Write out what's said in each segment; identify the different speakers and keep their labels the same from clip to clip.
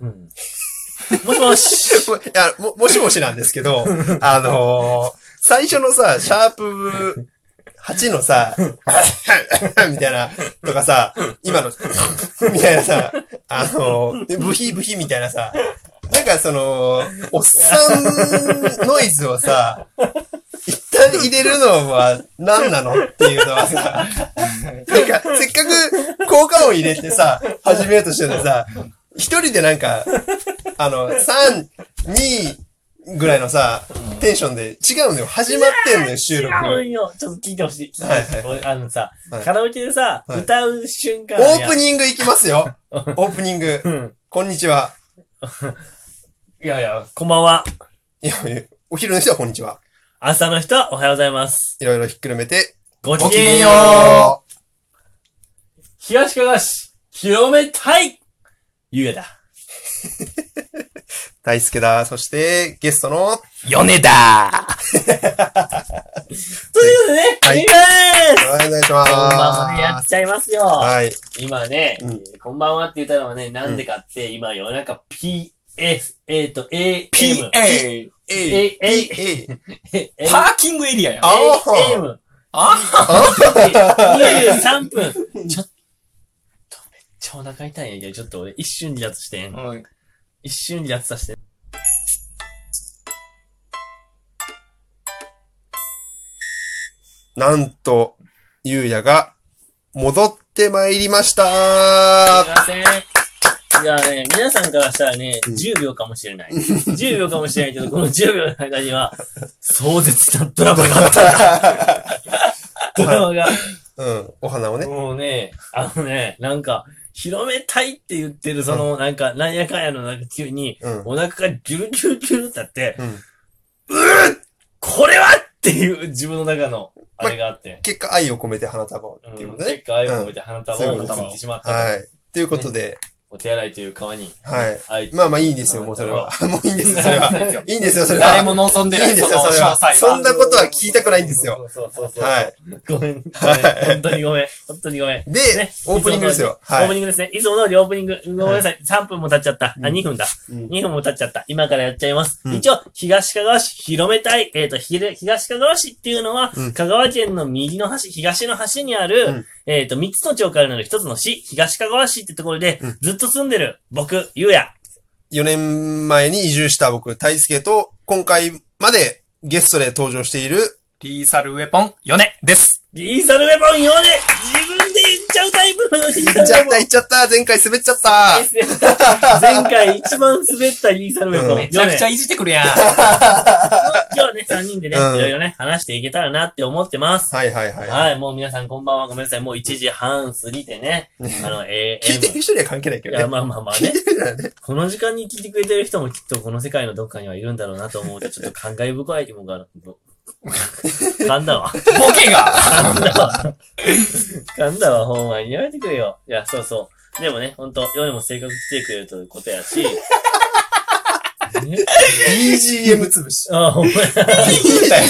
Speaker 1: うん。もしもし。
Speaker 2: いや、も、もしもしなんですけど、あのー最初のさ、シャープ8のさ、 みたいな、とかさ、今の、 みたいなさ、あのーブヒブヒみたいなさ、なんかその、おっさんノイズをさ、一旦入れるのは何なのっていうのはさ、なんか、せっかく効果音入れてさ、始めようとしてるのにさ、一人でなんか、あの、3、2ぐらいのさ、テンションで、違うのよ。始まってんのよ、収録。
Speaker 1: 違
Speaker 2: オ
Speaker 1: うよ。ちょっと聞いてほしい。聞いて
Speaker 2: はい
Speaker 1: ほしい俺あのさ、
Speaker 2: はい
Speaker 1: カラオケでさ、
Speaker 2: はい
Speaker 1: 歌う瞬間
Speaker 2: ープ
Speaker 1: ニ
Speaker 2: ニングいきますよ。オープニング。
Speaker 1: ング。
Speaker 2: こんにちは。
Speaker 1: いやいや、こんばんは。
Speaker 2: いや、お昼の人はこんにちは。
Speaker 1: 朝の人はおはようございます。
Speaker 2: いろいろひっくるめて、
Speaker 1: ご
Speaker 2: ご
Speaker 1: き
Speaker 2: き
Speaker 1: げ
Speaker 2: げ
Speaker 1: ん
Speaker 2: ん
Speaker 1: よ
Speaker 2: よ
Speaker 1: う。
Speaker 2: う。
Speaker 1: 東かがし、広めたいゆうやだ。
Speaker 2: 大輔だ。そして、ゲストの、
Speaker 3: 米だ
Speaker 1: ということでね、
Speaker 2: はい
Speaker 1: イエーイ
Speaker 2: お願いしま
Speaker 1: こんばんはでやっ
Speaker 2: す。
Speaker 1: ちゃいますよ。
Speaker 2: はい。
Speaker 1: 今ね、
Speaker 2: うん
Speaker 1: こんばんはって言ったのはね、なんでかって、今夜中 P、S、えっと、A、M、
Speaker 3: !PA!
Speaker 2: え
Speaker 1: ええ
Speaker 2: ええ
Speaker 1: え、M、
Speaker 3: パーキングエリアや。
Speaker 2: あ
Speaker 1: M、
Speaker 3: あ
Speaker 1: 23分。ちょっと、めっちゃお腹痛いんやけど、ちょっと俺一瞬離脱してん。
Speaker 3: うん。
Speaker 1: 一瞬離脱させて。
Speaker 2: なんと、ゆうやが、戻ってまいりました
Speaker 1: すいません。じゃあね、皆さんからしたらね、
Speaker 2: うん
Speaker 1: 10秒かもしれない。10秒かもしれないけど、この10秒の間には、壮絶なドラマがあった。ドラマが。
Speaker 2: うん、お花をね。
Speaker 1: もうね、あのね、なんか、広めたいって言ってる、その、なんか、なんやかんやの、なんか急に、
Speaker 2: うん。
Speaker 1: お腹がギュルギュルギュルってなって、
Speaker 2: うん
Speaker 1: これはっていう自分の中の、あれがあって。
Speaker 2: 結果、愛を込めて花束を
Speaker 1: う
Speaker 2: っ
Speaker 1: ん、
Speaker 2: て
Speaker 1: チ
Speaker 2: いう
Speaker 1: ェ
Speaker 2: ことね。
Speaker 1: ックアイを見て花束を
Speaker 2: うん
Speaker 1: 送ってしまった。
Speaker 2: はい。ということで、
Speaker 1: お手洗いという川に、
Speaker 2: はい。
Speaker 1: あい
Speaker 2: まあまあいいんですよ、もうそれは。もういいんですよ、それは。いいんですよ、それは。
Speaker 3: 誰も望んでない
Speaker 2: いいんで
Speaker 3: そ
Speaker 2: す
Speaker 3: の
Speaker 2: よそ
Speaker 3: 詳
Speaker 2: れは
Speaker 3: 細
Speaker 2: そんなことは聞いたくないんですよ。
Speaker 1: そうそうそう。
Speaker 2: はい。
Speaker 1: ごめん。
Speaker 2: はい
Speaker 1: 本当にごめん。本当にごめん。
Speaker 2: で
Speaker 1: ね、
Speaker 2: オープニングですよ。は
Speaker 1: オープニ
Speaker 2: い。
Speaker 1: ングですね。いつも通りオープニング。ごめんなさい。3分も経っちゃった。あ、
Speaker 2: うん
Speaker 1: 2分だ。
Speaker 2: うん
Speaker 1: 2分も経っちゃった。今からやっちゃいます。
Speaker 2: うん
Speaker 1: 一応、東かがわ市広めたい。えっ、と、ひれ東かがわ市っていうのは、
Speaker 2: うん
Speaker 1: 香川県の右の端、東の端にある、
Speaker 2: うん
Speaker 1: えっ、と、3つの町からなる1つの市、東かがわ市ってところで、
Speaker 2: うん
Speaker 1: ずっと住んでる、僕、ゆうや。
Speaker 2: 4年前に移住した僕、大輔と、今回までゲストで登場している、
Speaker 3: リーサルウェポン、米です。
Speaker 1: リーサルウェポン用で、自分で言っちゃうタイプのリー
Speaker 2: 行
Speaker 1: サ
Speaker 2: っちゃ
Speaker 1: ル
Speaker 2: っ
Speaker 1: ウェポ
Speaker 2: た、
Speaker 1: ン
Speaker 2: 行っちゃった、前回滑っちゃった。
Speaker 1: ですね。前回一番滑ったリーサルウェポン。
Speaker 2: うん
Speaker 3: めちゃくちゃ
Speaker 1: い
Speaker 3: いじってくるやん。
Speaker 1: 今日ね、3人でね、い
Speaker 2: うん
Speaker 1: ろいろね、話していけたらなって思ってます。
Speaker 2: はいはいはい。
Speaker 1: はい、もう皆さんこんばんは。ごめんなさい。もう1時半過ぎてね。あの、え
Speaker 2: 聞いてる人には関係ないけ
Speaker 1: い
Speaker 2: どね
Speaker 1: や、。まあまあまあね。この時間に聞いてくれてる人もきっとこの世界のどっかにはいるんだろうなと思うと、ちょっと感慨深い気分が ある。噛んだわ。
Speaker 3: ボケが
Speaker 1: 噛んだわ。噛んだわ、ほんまに。やめてくれよ。いや、そうそう。でもね、ほんと、世にも性格来てくれるということやし。ね
Speaker 2: BGM 潰し。
Speaker 1: あ、ほんまや。
Speaker 2: いやい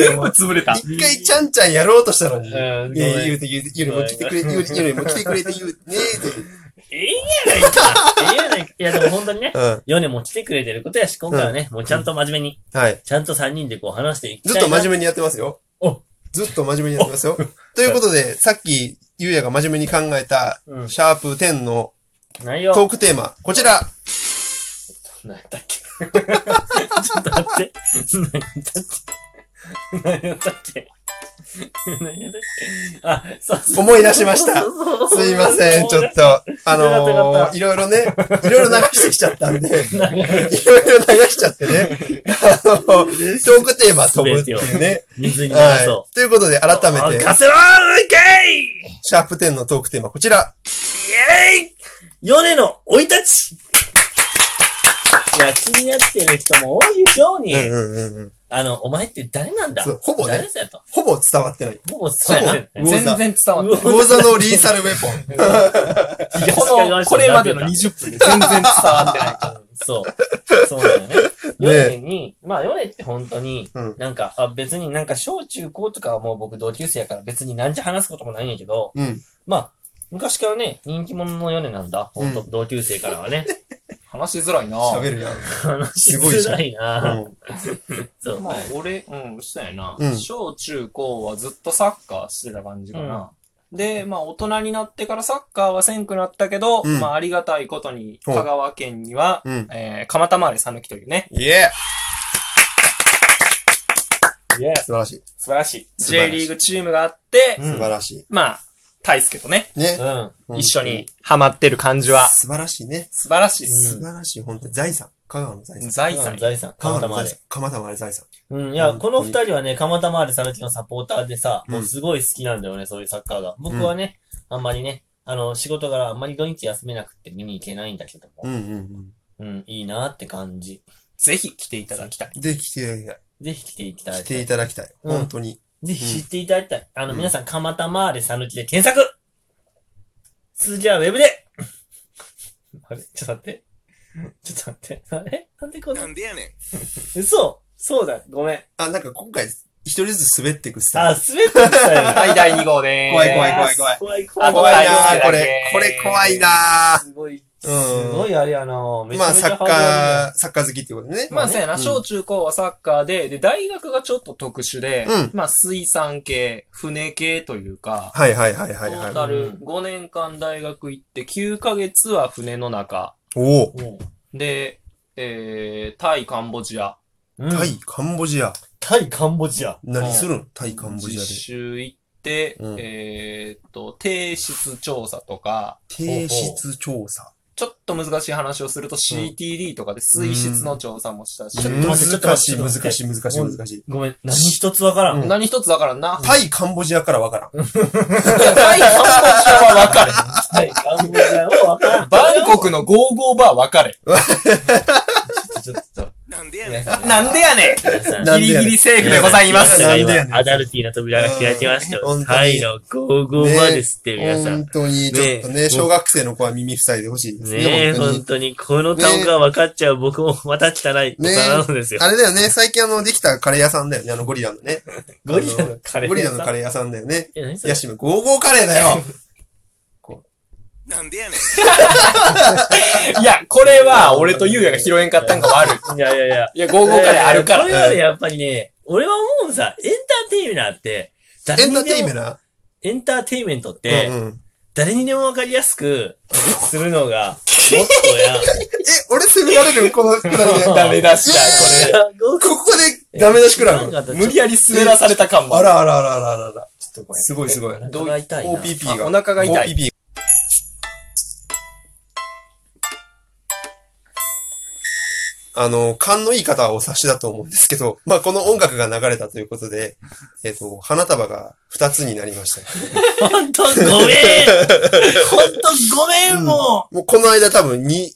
Speaker 2: や
Speaker 3: 全
Speaker 2: も
Speaker 3: 部
Speaker 2: う
Speaker 3: 潰れた。
Speaker 2: 一回ちゃんちゃんやろうとしたのに。
Speaker 1: うん
Speaker 2: いや
Speaker 1: ごめん
Speaker 2: 言うて言うて、ゆうりも来てくれ、ゆうりゆうりも来てくれて言う、ね
Speaker 1: ええやないか。ええやないか。いや、でもほんとにね。
Speaker 2: えうん。
Speaker 1: 世にも来てくれてることやし、今回はね、もうちゃんと真面目に
Speaker 2: はい。
Speaker 1: ちゃんと3人でこう話していきたい
Speaker 2: ず
Speaker 1: な。
Speaker 2: っと真面目にやってますよ。
Speaker 1: お
Speaker 2: ずっと真面目にやってますよ。ということで、さっき、ゆうやが真面目に考えた、
Speaker 1: うん
Speaker 2: シャープ10の
Speaker 1: 内容。
Speaker 2: トークテーマ、こちら。
Speaker 1: 何やったっけ ちょっと待って。何やったっけ何やったっけあ、そうそう。
Speaker 2: 思い出しました
Speaker 1: そうそうそう
Speaker 2: すいません、ちょっ。と、あ
Speaker 1: よかったよか
Speaker 2: の
Speaker 1: った
Speaker 2: ー、いろいろね、いろいろ流してきちゃったんで、いろい
Speaker 1: なんか
Speaker 2: ろ流しちゃってね、あのー、トークテーマ飛ぶっていうね。
Speaker 1: 水に流
Speaker 2: は
Speaker 1: そ
Speaker 2: い。ということで、改
Speaker 1: う。
Speaker 2: めて、
Speaker 1: カセロールケイ
Speaker 2: シャープ10のトークテーマ、こちら。
Speaker 1: イェーイヨネの生い立ちいや、気になってる人も多いように、
Speaker 2: うんうんうんうん
Speaker 1: あの、お前って誰なんだ
Speaker 2: そうほぼね
Speaker 1: 誰だと。
Speaker 2: ほぼ伝わってない。
Speaker 1: ほぼそうやな。
Speaker 2: 魚
Speaker 3: 全
Speaker 2: 座
Speaker 3: 然伝わんない。
Speaker 2: 魚座のリーサルウェポン。
Speaker 3: この、これまでの20分で全然伝わってない。
Speaker 1: そう。そうだよね。
Speaker 2: ね
Speaker 1: ヨネに、まあヨネって本当に
Speaker 2: うん、
Speaker 1: なんか、あ別になんか小中高とかはもう僕同級生やから別に何時話すこともないんやけど、
Speaker 2: うん。
Speaker 1: まあ、昔からね、人気者のヨネなんだ。本当、
Speaker 2: う
Speaker 1: 同級生からはね。
Speaker 3: 話しづらいな
Speaker 2: 喋るやん。
Speaker 1: 話し
Speaker 2: すごい
Speaker 1: づ
Speaker 2: じゃん
Speaker 1: らい
Speaker 2: う
Speaker 1: な
Speaker 2: ん
Speaker 1: そう。
Speaker 3: まあ、俺、うん、そうやな。
Speaker 2: うん
Speaker 3: 小中高はずっとサッカーしてた感じかな。で、まあ、大人になってからサッカーはせんくなったけど、
Speaker 2: うん
Speaker 3: まあ、ありがたいことに、
Speaker 2: ほう
Speaker 3: 香川県には、
Speaker 2: うん。
Speaker 3: えー、蒲田丸さぬきというね。
Speaker 2: いえ素晴らしい。
Speaker 3: 素晴らしい。
Speaker 2: 素晴ら
Speaker 3: J
Speaker 2: しい
Speaker 3: リーグチームがあって、
Speaker 1: う
Speaker 2: 素
Speaker 1: ん
Speaker 2: 晴らし
Speaker 3: まあ、大輔とね、
Speaker 2: い。ね
Speaker 1: う。ん。
Speaker 2: うん
Speaker 3: 一緒にハマってる感じは、
Speaker 2: 素晴らしいね。
Speaker 3: 素晴らしいっす。
Speaker 2: 素晴らしい。本当に財産。香川の財産。
Speaker 3: 財産。
Speaker 1: 財産。
Speaker 2: 香
Speaker 1: 鎌
Speaker 2: 川
Speaker 1: 田
Speaker 2: の
Speaker 1: ま
Speaker 2: 財
Speaker 1: で
Speaker 2: 産。。蒲田まで財産。
Speaker 1: うん。いや、
Speaker 2: うん
Speaker 1: この二人はね、鎌田周りさぬきのサポーターでさ、
Speaker 2: うん
Speaker 1: もうすごい好きなんだよね、そういうサッカーが。僕はね、あんまりね、あの、仕事からあんまり土日休めなくて見に行けないんだけど
Speaker 2: う
Speaker 1: も。
Speaker 2: んうんうん。
Speaker 1: うん、いいなって感じ。
Speaker 3: ぜひ来ていただきたい。
Speaker 2: で、来ていただき
Speaker 1: ぜひ来ていた
Speaker 2: た
Speaker 1: だ
Speaker 2: い。
Speaker 1: い
Speaker 2: 来て
Speaker 1: て
Speaker 2: い。ただきたい。
Speaker 1: うん
Speaker 2: 本当に。
Speaker 1: ぜひ知っていただきたい。あの、
Speaker 2: うん
Speaker 1: 皆さん、鎌田周りさぬきで検索続きはウェブで あれちょっと待って。ちょっと待って。あれなんでこんな。嘘そうだ、ごめん。
Speaker 2: あ、なんか今回、一人ずつ滑っていくスタイ
Speaker 1: あ、
Speaker 2: ル。
Speaker 1: 滑ってきたよ。
Speaker 3: はい、第2号でーす。
Speaker 2: 怖い怖い怖い怖い。
Speaker 1: 怖い怖
Speaker 2: 怖い
Speaker 1: い。
Speaker 2: な
Speaker 3: あ
Speaker 2: ーこ
Speaker 3: と大輔だ
Speaker 2: れ
Speaker 3: け。
Speaker 2: これ怖いな
Speaker 1: すごい、す
Speaker 2: うん
Speaker 1: ごいあれやなめち
Speaker 2: ま
Speaker 1: ゃ
Speaker 2: あ、
Speaker 1: めちゃ
Speaker 2: サッカー、サッカー好きってことね。
Speaker 3: まあ、そうや
Speaker 2: う
Speaker 3: な、
Speaker 2: ん
Speaker 3: 小中高はサッカーで、で、大学がちょっと特殊で、
Speaker 2: うん
Speaker 3: まあ、水産系、船系というか、
Speaker 2: はいはいはいは
Speaker 3: ト
Speaker 2: い
Speaker 3: ー
Speaker 2: は
Speaker 3: タ
Speaker 2: い。
Speaker 3: ル5年間大学行って、9ヶ月は船の中、
Speaker 2: おお。
Speaker 1: ハードやね。
Speaker 3: で、えー、タイ、カンボジア、
Speaker 1: うん
Speaker 2: タイ、カンボジア。
Speaker 1: タイ、カンボジア。
Speaker 2: 何するんタイ、カンボジア
Speaker 3: 実
Speaker 2: で。
Speaker 3: 習行って、
Speaker 2: うん
Speaker 3: えーっと、低質調査とか、
Speaker 2: 提出調査。
Speaker 3: ちょっと難しい話をすると CTD とかで水質の調査もしたし、
Speaker 1: ちょっと待ってちょっと
Speaker 2: 難し
Speaker 1: 待
Speaker 2: い、
Speaker 1: って
Speaker 2: 難しい、難しい、難しい。
Speaker 1: ごめん、何一つわからん。
Speaker 2: うん
Speaker 3: 何一つだから な。
Speaker 2: タイ、カンボジアからわからん。
Speaker 3: タイ、カンボジアは分かれ。
Speaker 1: タイ、カンボジアをわ からん。
Speaker 3: バンコクのゴーゴーバー分かれ。
Speaker 1: ちょっと、
Speaker 3: なんでやねん
Speaker 1: 皆さん
Speaker 3: ギリギリセーフでございます。
Speaker 1: 皆さん
Speaker 2: なんでやねん
Speaker 1: 今アダルティーな扉が開きました
Speaker 2: うん
Speaker 1: よ。タイのゴーゴーバーですって、皆さん。
Speaker 2: 本当に、ちょっと
Speaker 1: ね
Speaker 2: ね、小学生の子は耳塞いでほしいです
Speaker 1: ねえ、
Speaker 2: ね、本当
Speaker 1: 本
Speaker 2: に。
Speaker 1: 当に、この単語が分かっちゃう僕もまた汚い大人なのですよ。
Speaker 2: あれだよね、最近あの、できたカレー屋さんだよね、あの、ゴリラのね。
Speaker 1: ゴリラのカレー。
Speaker 2: ゴリラのカ
Speaker 1: レ
Speaker 2: レー屋さんだよね。
Speaker 1: ー。え、何それ
Speaker 2: ヤシム、ゴーゴーカレーだよ
Speaker 3: いや、これは俺とゆうやが拾えんかったんが悪
Speaker 1: い
Speaker 3: い。
Speaker 1: やいやいや。
Speaker 3: いや、ゴーゴーカレーあるか
Speaker 1: こ
Speaker 3: ら。
Speaker 1: れはね、やっぱりね、俺は思うんさ、エンターテイメナーって、誰
Speaker 2: エ
Speaker 1: に
Speaker 2: ン
Speaker 1: で
Speaker 2: タ
Speaker 1: も
Speaker 2: ーテイメナ
Speaker 1: エンターテイメントっ
Speaker 2: ー
Speaker 1: て、
Speaker 2: うんうん
Speaker 1: 誰にでもわかりやすくするの が、モットーやん。
Speaker 2: え、俺責められるこのくだりで。
Speaker 1: うん
Speaker 3: ダメ出し
Speaker 2: え
Speaker 3: だ、こ
Speaker 1: こ
Speaker 2: ここでダメ出しくら うの
Speaker 3: れ。無理やり滑らされた感も
Speaker 2: あ。らあらあらあらあらあら。
Speaker 1: ちょっとごめん
Speaker 2: すごいすごい。
Speaker 1: お腹が痛 いな。
Speaker 2: OPP が。
Speaker 3: あお腹が痛い
Speaker 2: OPP。あの、勘のいい方はお察しだと思うんですけど、まあ、この音楽が流れたということで、えっ、と、花束が2つになりました。
Speaker 1: ほんとごめんほんとごめん、も
Speaker 2: もうこの間多分2、3、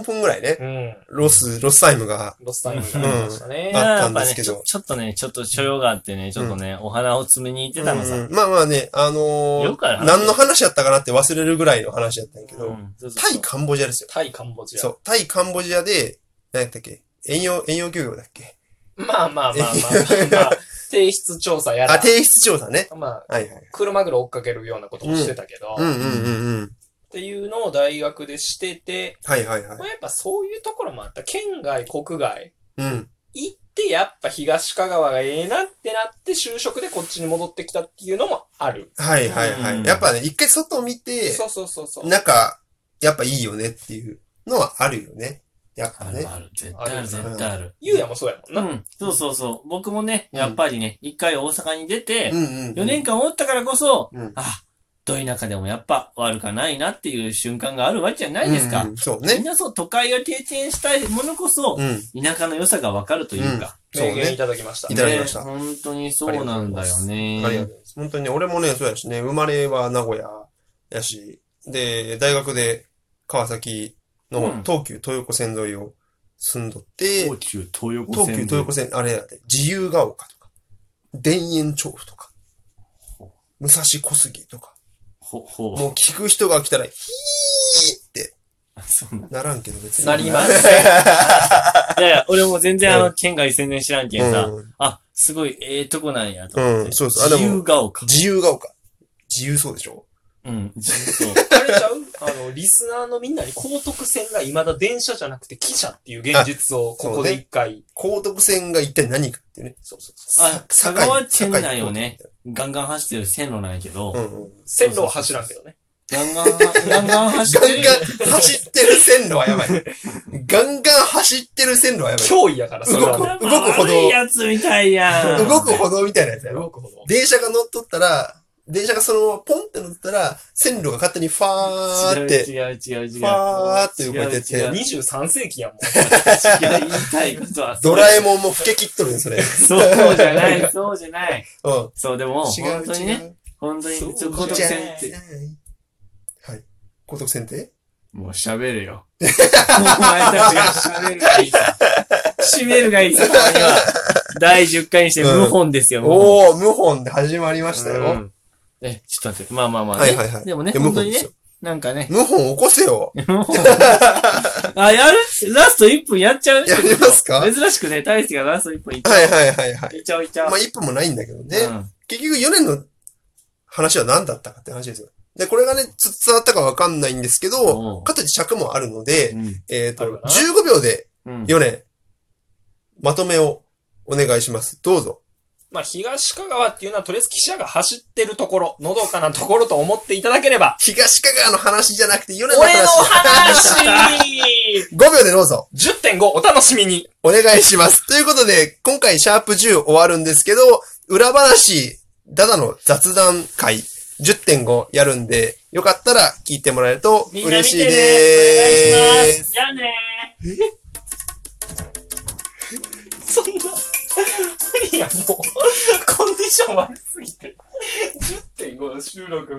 Speaker 2: 4分ぐらいね、
Speaker 3: うん。
Speaker 2: ロス、ロスタイムが、
Speaker 3: ロスタイムになりました
Speaker 1: う。
Speaker 2: ん
Speaker 3: ね。
Speaker 2: あった
Speaker 1: や
Speaker 2: ん
Speaker 1: っ
Speaker 2: で
Speaker 1: ぱ
Speaker 2: す
Speaker 1: ね、
Speaker 2: け
Speaker 1: ち
Speaker 2: ど
Speaker 1: ょちょっとね、ちょっと所用があってね、ちょっとね、お花を摘みに行ってたのさ。
Speaker 2: うんまあまあね、あのー
Speaker 1: よくある話
Speaker 2: 何の話やったかなって忘れるぐらいの話やったんやけど、
Speaker 1: うんそうそう
Speaker 2: タ
Speaker 1: そう
Speaker 2: イ、カンボジアですよ。
Speaker 3: タイ、カンボジア。
Speaker 2: そう、タイ、カンボジアで、何やったっけ遠洋、遠洋漁業だっけ
Speaker 3: まあまあまあまあまあ、提出調査や
Speaker 2: あ、
Speaker 3: ら。
Speaker 2: 提出調査ね。
Speaker 3: まあ、
Speaker 2: はいはい。
Speaker 3: クロマグロ追っかけるようなこともしてたけど、
Speaker 2: うん
Speaker 3: っ
Speaker 2: うんうんうん。
Speaker 3: ていうのを大学でしてて、
Speaker 2: はいはいはい
Speaker 3: まあ、。やっぱそういうところもあった。県外、国外。
Speaker 2: うん。
Speaker 3: 行って、やっぱ東香川がええなってなって、就職でこっちに戻ってきたっていうのもある。
Speaker 2: はいはいは
Speaker 1: うん
Speaker 2: い。やっぱね、一回外見て、
Speaker 3: そうそうそうそう。
Speaker 2: なんか、やっぱいいよねっていうのはあるよね。やっぱ
Speaker 1: あ
Speaker 2: ね
Speaker 1: る。ある。絶対ある、絶対ある。
Speaker 3: ゆうやもそうやもん
Speaker 1: う
Speaker 3: な。
Speaker 1: ん。そうそうそう。僕もね、やっぱりね、一回大阪に出て
Speaker 2: う、んうん。
Speaker 1: 4年間おったからこそ、
Speaker 2: うん
Speaker 1: あ、ど田舎でもやっぱ悪かないなっていう瞬間があるわけじゃないですか。
Speaker 2: うんうんそう
Speaker 1: みん
Speaker 2: ね。
Speaker 1: なそう、都会を経験したいものこそ
Speaker 2: う、ん。
Speaker 1: 田舎の良さがわかるというか。
Speaker 2: そう
Speaker 3: 名言い
Speaker 2: ね。
Speaker 3: ただきました。
Speaker 2: いただきました
Speaker 1: ね本当にそうなんだよね。
Speaker 2: ありがとうございます。本当にね、俺もね、そうやしね、生まれは名古屋やし、で、大学で川崎の
Speaker 1: うん
Speaker 2: 東急東横線沿いを住んどって、
Speaker 1: 東急東横
Speaker 2: 東急
Speaker 1: 線。
Speaker 2: 東横線、あれやで、自由が丘とか、田園調布とか、武蔵小杉とか、
Speaker 1: ほ、ほ う。
Speaker 2: もう聞く人が来たら、ヒーって
Speaker 1: そんな。
Speaker 2: ならんけど別に。。
Speaker 3: なりますす。
Speaker 1: いやいや、俺も全然あ
Speaker 2: う
Speaker 1: の、県外宣伝知 らんけ
Speaker 2: うん
Speaker 1: さ、
Speaker 2: ん。
Speaker 1: あ、す ごいええとこなんやと思って。
Speaker 2: うんそうそうあでも
Speaker 1: 自由が丘。
Speaker 2: 自由が丘。自由そうでしょ
Speaker 3: うん、そう。あれちゃうあの、リスナーのみんなに高徳線が未だ電車じゃなくて汽車っていう現実をここで一回。
Speaker 2: 高徳線が一体何かっていうね。
Speaker 3: そうそうそう
Speaker 2: さ
Speaker 4: あ香川
Speaker 2: 堺
Speaker 4: 県内をねガンガン走ってる線路なんやけど、
Speaker 2: うんうん。
Speaker 3: 線路を走らんけどね。
Speaker 4: ガンガン、ガンガン走っ
Speaker 2: ガ
Speaker 4: て
Speaker 2: ン
Speaker 4: る。
Speaker 2: ガン走ってる線路はやばい。ガンガン走ってる線路はやばい。
Speaker 3: 脅威やから、それ
Speaker 2: 動
Speaker 3: は。
Speaker 2: くほど
Speaker 4: 悪いやつみたいやん。
Speaker 2: 動く歩道みたいなやつやろ。
Speaker 3: 動くほど。
Speaker 2: 電車が乗っとったら、電車がそのままポンって乗ったら、線路が勝手にファーって、
Speaker 4: 違う違う違う違う。
Speaker 2: ファーって動いてっ
Speaker 4: 違う違
Speaker 2: て、
Speaker 4: う
Speaker 3: 23世紀やもん。
Speaker 4: いや、言いたいことは。
Speaker 2: ドラえもんも老け切っとるね、それ。
Speaker 4: そうじゃない、そうじゃない。
Speaker 2: うん。
Speaker 4: そう、でも、
Speaker 2: 違
Speaker 4: 本
Speaker 2: う
Speaker 4: 当に
Speaker 2: 違
Speaker 4: ね、
Speaker 2: う。
Speaker 4: 本当に、ちょっと高
Speaker 2: 高
Speaker 4: 得
Speaker 2: 徳
Speaker 4: 線
Speaker 2: 線
Speaker 4: っ
Speaker 2: ってて。。はい。高徳線って
Speaker 4: もう喋れよ。お前たちが喋るがいい。締めるがいい、そこには。第10回にして無本ですよ、無本
Speaker 2: おー、無本で始まりました
Speaker 4: う
Speaker 2: よ。
Speaker 4: んえ、ちょっと待って、まあまあまあ。
Speaker 2: はいはいはい
Speaker 4: でもね、
Speaker 2: いや無
Speaker 4: 本当
Speaker 2: 本
Speaker 4: に
Speaker 2: です
Speaker 4: ね
Speaker 2: よ、
Speaker 4: なんかね。
Speaker 2: 無本起こせよ。
Speaker 4: あ、やるラスト1分やっちゃう
Speaker 2: やりますか
Speaker 4: 珍しくね、大輔がラスト1分いっちゃ
Speaker 2: はいはいはいはい。
Speaker 4: う。いちゃういちゃう。
Speaker 2: まあ、一分もないんだけどね。
Speaker 4: うん
Speaker 2: 結局4年の話は何だったかって話ですよ。で、これがね、つ伝わったかわかんないんですけ
Speaker 4: う
Speaker 2: ど
Speaker 4: ん、
Speaker 2: かといって尺もあるので、えっ、と、
Speaker 3: あるかな
Speaker 2: 15秒で
Speaker 4: うん。うん。
Speaker 2: 4年、まとめをお願いします。どうぞ。
Speaker 3: まあ、東香川っていうのはとりあえず汽車が走ってるところ、のどかなところと思っていただければ。
Speaker 2: 東香川の話じゃなくて4年の
Speaker 3: 俺の
Speaker 2: 話。
Speaker 3: 話
Speaker 2: 5秒でどうぞ。
Speaker 3: !10.5 お楽しみに
Speaker 2: お願いします。ということで、今回シャープ10終わるんですけど、裏話、ダダの雑談会10.5やるんで、よかったら聞いてもらえると
Speaker 4: みんな見
Speaker 2: 嬉
Speaker 4: て
Speaker 2: しい
Speaker 4: ねお願
Speaker 2: で
Speaker 4: い
Speaker 2: す
Speaker 4: しま。す。じゃあねー。
Speaker 3: そんな、無理や、もう。コンディション悪すぎて。10.5の収録